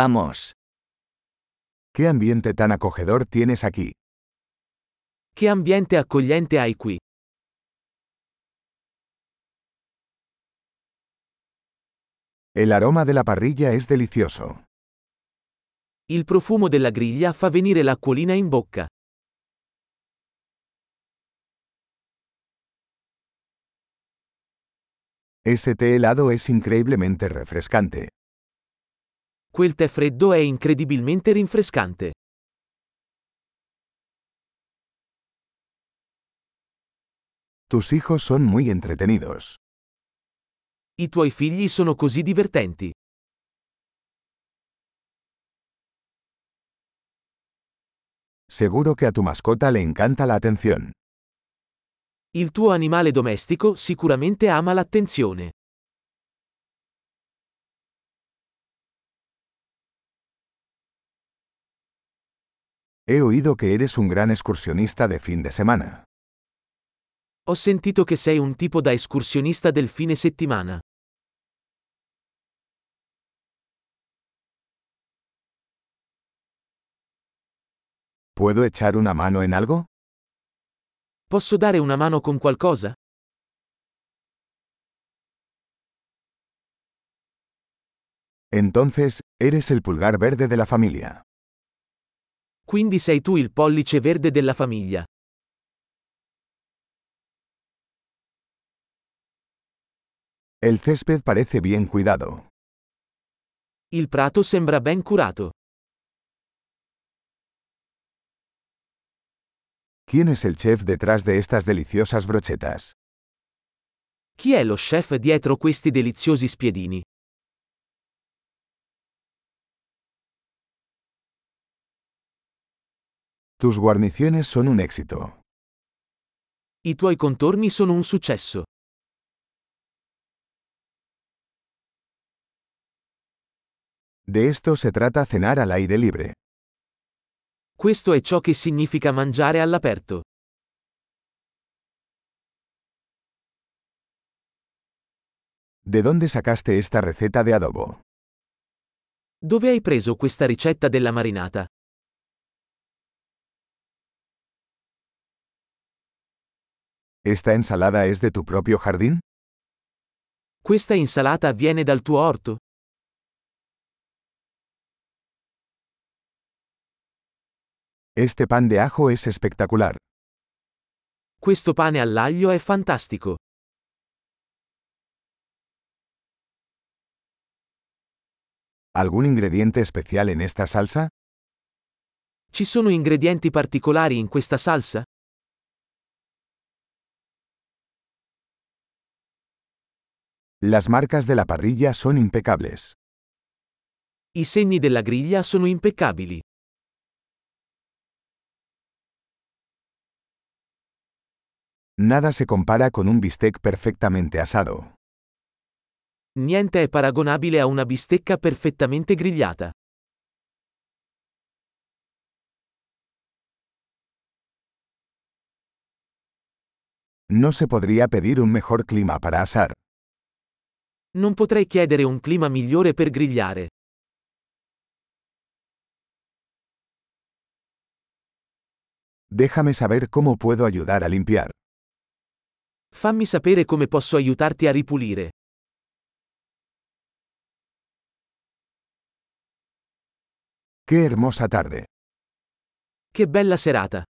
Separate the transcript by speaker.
Speaker 1: Vamos.
Speaker 2: ¿Qué ambiente tan acogedor tienes aquí?
Speaker 1: Che ambiente accogliente hai qui.
Speaker 2: El aroma de la parrilla es delicioso.
Speaker 1: Il profumo della griglia fa venire l'acquolina in bocca.
Speaker 2: Ese té helado es increíblemente refrescante.
Speaker 1: Quel tè freddo è incredibilmente rinfrescante.
Speaker 2: Tus hijos son muy entretenidos.
Speaker 1: I tuoi figli sono così divertenti.
Speaker 2: Seguro que a tu mascota le encanta la atención.
Speaker 1: Il tuo animale domestico sicuramente ama l'attenzione.
Speaker 2: He oído que eres un gran excursionista de fin de semana.
Speaker 1: Ho sentito che sei un tipo da escursionista del fine settimana.
Speaker 2: ¿Puedo echar una mano en algo?
Speaker 1: Posso dare una mano con qualcosa?
Speaker 2: Entonces, eres el pulgar verde de la familia.
Speaker 1: Quindi sei tu il pollice verde della famiglia.
Speaker 2: El césped parece bien cuidado.
Speaker 1: Il prato sembra ben curato.
Speaker 2: ¿Quién es el chef detrás de estas deliciosas brochetas?
Speaker 1: Chi è lo chef dietro questi deliziosi spiedini?
Speaker 2: Tus guarniciones son un éxito.
Speaker 1: I tuoi contorni sono un successo.
Speaker 2: De esto se trata cenar al aire libre.
Speaker 1: Questo è ciò che significa mangiare all'aperto.
Speaker 2: ¿De dónde sacaste esta receta de adobo?
Speaker 1: Dove hai preso questa ricetta della marinata?
Speaker 2: ¿Esta ensalada es de tu propio jardín?
Speaker 1: Questa insalata viene dal tuo orto?
Speaker 2: Este pan de ajo es espectacular.
Speaker 1: Questo pane all'aglio è fantastico.
Speaker 2: ¿Algún ingrediente especial en esta salsa?
Speaker 1: Ci sono ingredienti particolari in questa salsa?
Speaker 2: Las marcas de la parrilla son impecables.
Speaker 1: I segni della griglia sono impeccabili.
Speaker 2: Nada se compara con un bistec perfectamente asado.
Speaker 1: Niente è paragonabile a una bistecca perfettamente grigliata.
Speaker 2: No se podría pedir un mejor clima para asar.
Speaker 1: Non potrei chiedere un clima migliore per grigliare.
Speaker 2: Déjame saber cómo puedo ayudar a limpiar.
Speaker 1: Fammi sapere come posso aiutarti a ripulire.
Speaker 2: ¡Qué hermosa tarde!
Speaker 1: Che bella serata!